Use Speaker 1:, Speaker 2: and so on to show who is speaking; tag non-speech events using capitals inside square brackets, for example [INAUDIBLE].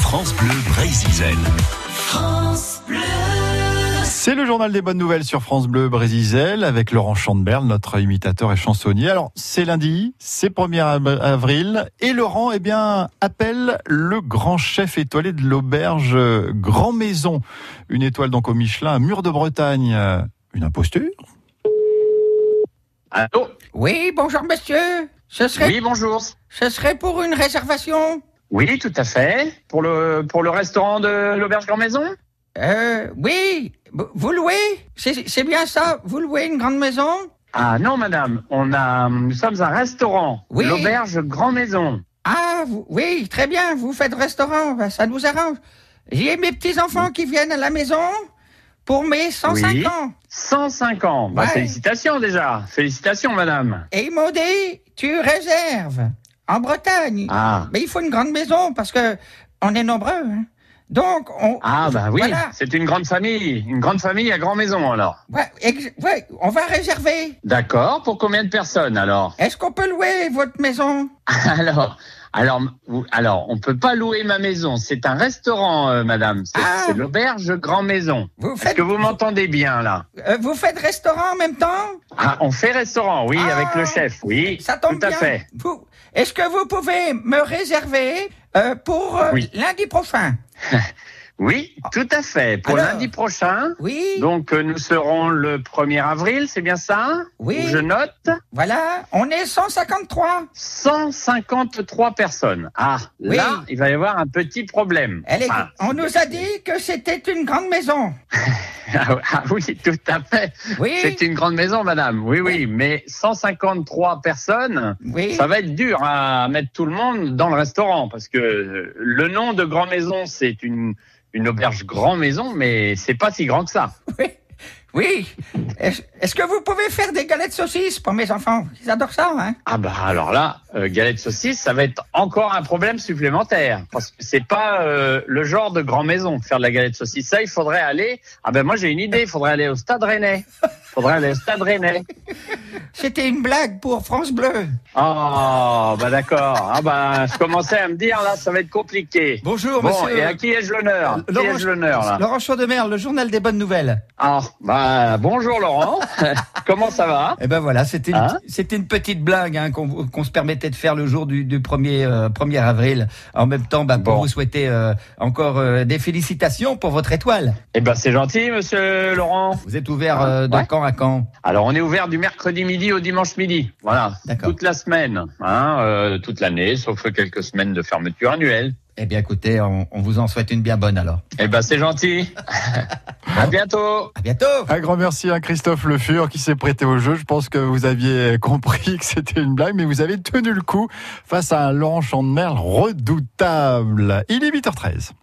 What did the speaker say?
Speaker 1: France Bleu Brésil. France Bleu.
Speaker 2: C'est le journal des bonnes nouvelles sur France Bleu Brésil avec Laurent Chandeberle, notre imitateur et chansonnier. Alors, c'est lundi, c'est 1er avril et Laurent, eh bien, appelle le grand chef étoilé de l'auberge euh, Grand Maison. Une étoile donc au Michelin, un mur de Bretagne. euh, Une imposture
Speaker 3: Allô
Speaker 4: Oui, bonjour monsieur. Ce serait,
Speaker 3: Oui, bonjour.
Speaker 4: ce serait pour une réservation
Speaker 3: Oui, tout à fait. Pour le, pour le restaurant de l'Auberge Grand Maison
Speaker 4: Euh, oui. B- Vous louez C'est c'est bien ça Vous louez une grande maison
Speaker 3: Ah non, madame. On a, nous sommes un restaurant.
Speaker 4: Oui.
Speaker 3: L'Auberge Grand Maison.
Speaker 4: Ah, vous- oui, très bien. Vous faites restaurant, ben, ça nous arrange. J'ai mes petits-enfants qui viennent à la maison pour mes 105
Speaker 3: Oui.
Speaker 4: ans.
Speaker 3: 105 ans. Bah,
Speaker 4: Ouais.
Speaker 3: Félicitations déjà. Félicitations, madame.
Speaker 4: Et ils m'ont dit, tu réserves en Bretagne.
Speaker 3: Ah.
Speaker 4: Mais il faut une grande maison parce que on est nombreux. hein. Donc, on...
Speaker 3: Ah bah oui,
Speaker 4: Voilà.
Speaker 3: c'est une grande famille. Une grande famille à Grand Maison alors.
Speaker 4: Ouais, ex- ouais, on va réserver.
Speaker 3: D'accord. Pour combien de personnes alors [LAUGHS]
Speaker 4: Est-ce qu'on peut louer votre maison
Speaker 3: Alors. Alors, vous- alors, on peut pas louer ma maison. C'est un restaurant, euh, madame. C'est
Speaker 4: Ah.
Speaker 3: c'est l'auberge Grand Maison.
Speaker 4: Vous
Speaker 3: Est-ce
Speaker 4: faites,
Speaker 3: que vous m'entendez bien là
Speaker 4: euh, vous faites restaurant en même temps
Speaker 3: Ah, on fait restaurant, oui,
Speaker 4: Ah.
Speaker 3: avec le chef, oui.
Speaker 4: Ça tombe
Speaker 3: tout à
Speaker 4: bien.
Speaker 3: fait.
Speaker 4: Vous- Est-ce que vous pouvez me réserver euh, pour euh,
Speaker 3: Oui.
Speaker 4: lundi prochain
Speaker 3: Oui, tout à fait. Pour
Speaker 4: Alors.
Speaker 3: lundi prochain,
Speaker 4: Oui,
Speaker 3: donc euh, nous serons le 1er avril, c'est bien ça
Speaker 4: Oui.
Speaker 3: Je note
Speaker 4: voilà, on est 153.
Speaker 3: 153 personnes. Ah,
Speaker 4: Oui.
Speaker 3: là, il va y avoir un petit problème.
Speaker 4: Elle est-
Speaker 3: Ah,
Speaker 4: on nous a dit que c'était une grande maison.
Speaker 3: [LAUGHS] ah oui, tout à fait.
Speaker 4: Oui,
Speaker 3: C'est une grande maison, madame. Oui, oui, mais 153 personnes,
Speaker 4: oui.
Speaker 3: Ça va être dur à mettre tout le monde dans le restaurant parce que euh, le nom de Grand Maison, c'est une, une auberge Grand Maison, mais c'est pas si grand que ça.
Speaker 4: Oui. Est-ce est-ce que vous pouvez faire des galettes saucisses pour mes enfants Ils adorent ça, hein
Speaker 3: Ah bah alors là, euh, galette saucisse, ça va être encore un problème supplémentaire parce que c'est pas euh, le genre de Grand Maison faire de la galette saucisse. Ça, il faudrait aller. Ah ben moi j'ai une idée, il faudrait aller au Stade Rennais. Faudrait aller au Stade Rennais.
Speaker 4: C'était une blague pour France Bleu.
Speaker 3: Oh bah d'accord. Ah bah je commençais à me dire là, ça va être compliqué.
Speaker 5: Bonjour,
Speaker 3: Bon,
Speaker 5: monsieur.
Speaker 3: et à qui ai-je l'honneur Qui
Speaker 5: Laurent-
Speaker 3: ai-je l'honneur là
Speaker 5: Laurent Chaudemer, le journal des bonnes nouvelles.
Speaker 3: Ah, bah, bonjour Laurent. [LAUGHS] Comment ça va
Speaker 5: Eh ben voilà, c'était une,
Speaker 3: Hein
Speaker 5: c'était une petite blague hein, qu'on qu'on se permettait de faire le jour du, du 1er euh, 1er avril. En même temps, bah, pour
Speaker 3: Bon.
Speaker 5: vous souhaiter euh, encore euh, des félicitations pour votre étoile.
Speaker 3: Eh ben, c'est gentil, monsieur Laurent.
Speaker 5: Vous êtes ouvert euh, de
Speaker 3: Ouais.
Speaker 5: camp à camp.
Speaker 3: Alors, on est ouvert du mercredi midi au dimanche midi. Voilà.
Speaker 5: D'accord.
Speaker 3: Toute la semaine, hein, euh, toute l'année, sauf quelques semaines de fermeture annuelle.
Speaker 5: Eh bien écoutez, on, on vous en souhaite une bien bonne alors.
Speaker 3: Eh ben, c'est gentil. [LAUGHS] à bientôt.
Speaker 5: À bientôt
Speaker 2: [LAUGHS] Un grand merci à Christophe Le Fur qui s'est prêté au jeu. Je pense que vous aviez compris que c'était une blague, mais vous avez tenu le coup face à un Laurent Chandemerle redoutable. Il est 8h13.